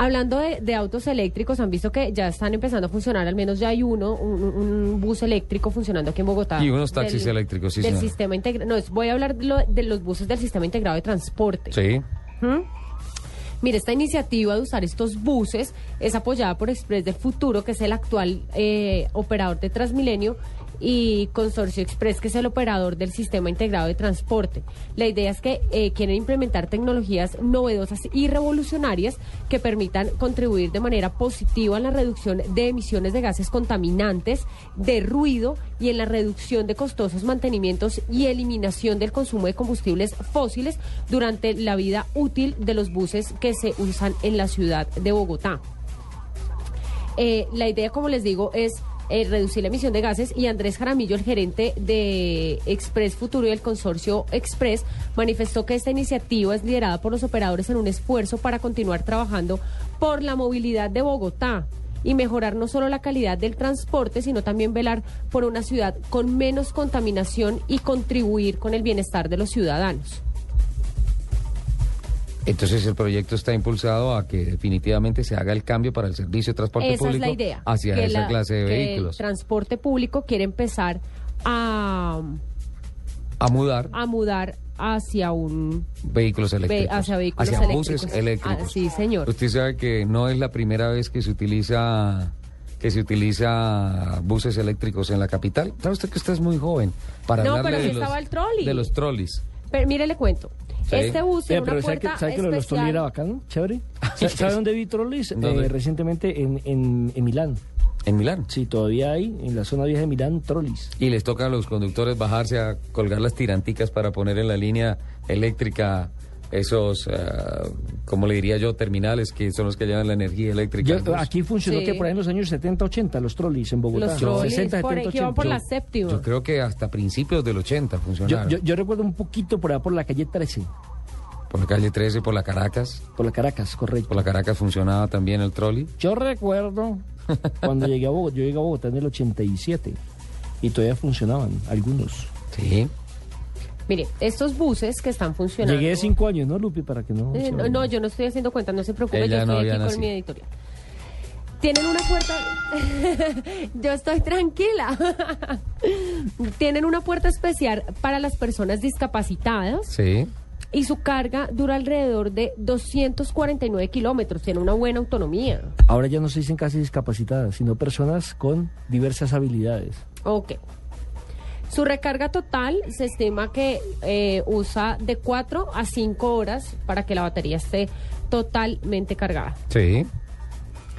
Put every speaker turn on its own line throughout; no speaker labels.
Hablando de, de autos eléctricos, han visto que ya están empezando a funcionar, al menos ya hay uno, un, un bus eléctrico funcionando aquí en Bogotá.
Y unos taxis eléctricos, sí,
Del
señora.
sistema integra- No, es- voy a hablar de, lo- de los buses del sistema integrado de transporte.
Sí.
Mire, esta iniciativa de usar estos buses es apoyada por Express del Futuro, que es el actual eh, operador de Transmilenio, y Consorcio Express, que es el operador del sistema integrado de transporte. La idea es que eh, quieren implementar tecnologías novedosas y revolucionarias que permitan contribuir de manera positiva en la reducción de emisiones de gases contaminantes, de ruido y en la reducción de costosos mantenimientos y eliminación del consumo de combustibles fósiles durante la vida útil de los buses que se usan en la ciudad de Bogotá. Eh, la idea, como les digo, es eh, reducir la emisión de gases y Andrés Jaramillo, el gerente de Express Futuro y del consorcio Express, manifestó que esta iniciativa es liderada por los operadores en un esfuerzo para continuar trabajando por la movilidad de Bogotá y mejorar no solo la calidad del transporte, sino también velar por una ciudad con menos contaminación y contribuir con el bienestar de los ciudadanos.
Entonces el proyecto está impulsado a que definitivamente se haga el cambio para el servicio de transporte
Esa
público
es la idea.
hacia
que
esa
la-
clase de
que
vehículos.
El transporte público quiere empezar a,
A mudar
a mudar hacia un
vehículos eléctricos.
hacia vehículos
hacia buses
eléctricos.
eléctricos.
Ah, sí, señor.
Usted sabe que no es la primera vez que se utiliza que se utiliza buses eléctricos en la capital. ¿Sabe usted que usted es muy joven para
No,
hablarle
pero sí
de, los,
estaba el trolley.
de los trolleys?
Pero mire, le cuento.
Sí.
Este bus
Oye,
tiene
pero
una
¿sabe que,
puerta
sabe que lo de los trolis era
especial.
bacano? Chévere. Sa- ¿Sabe dónde vi trolis? Eh,
¿Dónde?
recientemente en, en, en Milán.
En Milán.
Sí, todavía hay en la zona vieja de Milán trolis.
Y les toca a los conductores bajarse a colgar las tiranticas para poner en la línea eléctrica esos, como le diría yo, terminales que son los que llevan la energía eléctrica. al
Yo-
bus.
aquí funcionó
Sí.
que por ahí en los años 70, 80 los trolis en Bogotá.
Los trolis,
60,
por ahí,
70,
que iban
80.
por la séptima.
Yo creo que hasta principios del 80
Yo,
funcionaron.
yo- yo recuerdo un poquito por allá por la calle 13,
Por la calle 13, por la Caracas.
por la Caracas, correcto.
Por la Caracas funcionaba también el trolley.
Yo recuerdo cuando llegué a Bogotá, yo llegué a Bogotá en el 87 y todavía funcionaban algunos.
Sí.
Mire, estos buses que están funcionando.
Llegué de cinco años, ¿no, Lupi? Para que no...
Eh, no, no, yo no estoy haciendo cuenta, no se preocupe,
Ella
yo
no
estoy
había
aquí con
nacido.
mi editorial. Tienen una puerta. yo estoy tranquila. Tienen una puerta especial para las personas discapacitadas
Sí.
y su carga dura alrededor de 249 kilómetros. Tiene una buena autonomía.
Ahora ya no se dicen casi discapacitadas, sino personas con diversas habilidades.
Ok. Su recarga total se estima que eh, usa de 4 a 5 horas para que la batería esté totalmente cargada.
Sí.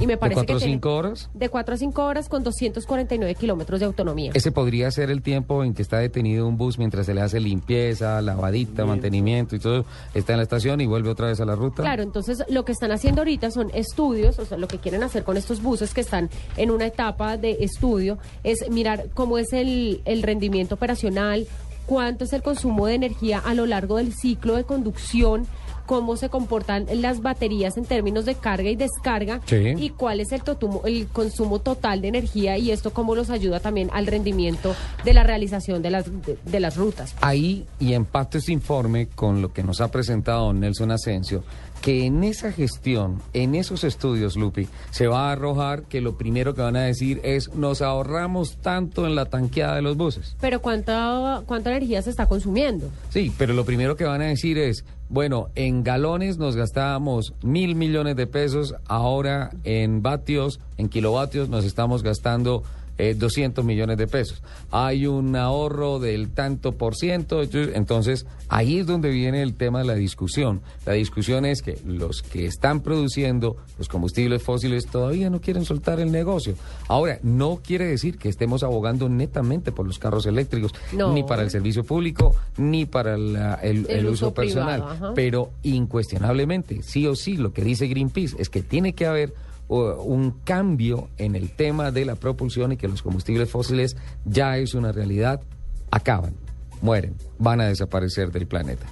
Y me
¿De
parece
cuatro o
que tiene-
cinco horas?
de 4 a 5 horas con 249 kilómetros de autonomía.
Ese podría ser el tiempo en que está detenido un bus mientras se le hace limpieza, lavadita, mantenimiento y todo. Está en la estación y vuelve otra vez a la ruta.
Claro, entonces lo que están haciendo ahorita son estudios, o sea, lo que quieren hacer con estos buses que están en una etapa de estudio es mirar cómo es el, el rendimiento operacional, cuánto es el consumo de energía a lo largo del ciclo de conducción, cómo se comportan las baterías en términos de carga y descarga
Sí.
y cuál es el, totumo- el consumo total de energía y esto cómo los ayuda también al rendimiento de la realización de las, de- de las rutas.
Ahí, y empato este informe con lo que nos ha presentado Nelson Asensio, que en esa gestión, en esos estudios, Lupi, se va a arrojar que lo primero que van a decir es nos ahorramos tanto en la tanqueada de los buses.
Pero ¿cuánta, cuánta energía se está consumiendo?
Sí, pero lo primero que van a decir es, bueno, en galones nos gastábamos mil millones de pesos, ahora en vatios, en kilovatios nos estamos gastando eh, 200 millones de pesos. Hay un ahorro del tanto por ciento. Entonces, ahí es donde viene el tema de la discusión. La discusión es que los que están produciendo los combustibles fósiles todavía no quieren soltar el negocio. Ahora, no quiere decir que estemos abogando netamente por los carros eléctricos,
No.
ni para el servicio público, ni para la- el,
El
el
uso
uso personal.
privado, ajá.
pero incuestionablemente, sí o sí, lo que dice Greenpeace es que tiene que haber uh, un cambio en el tema de la propulsión y que los combustibles fósiles ya es una realidad, acaban, mueren, van a desaparecer del planeta.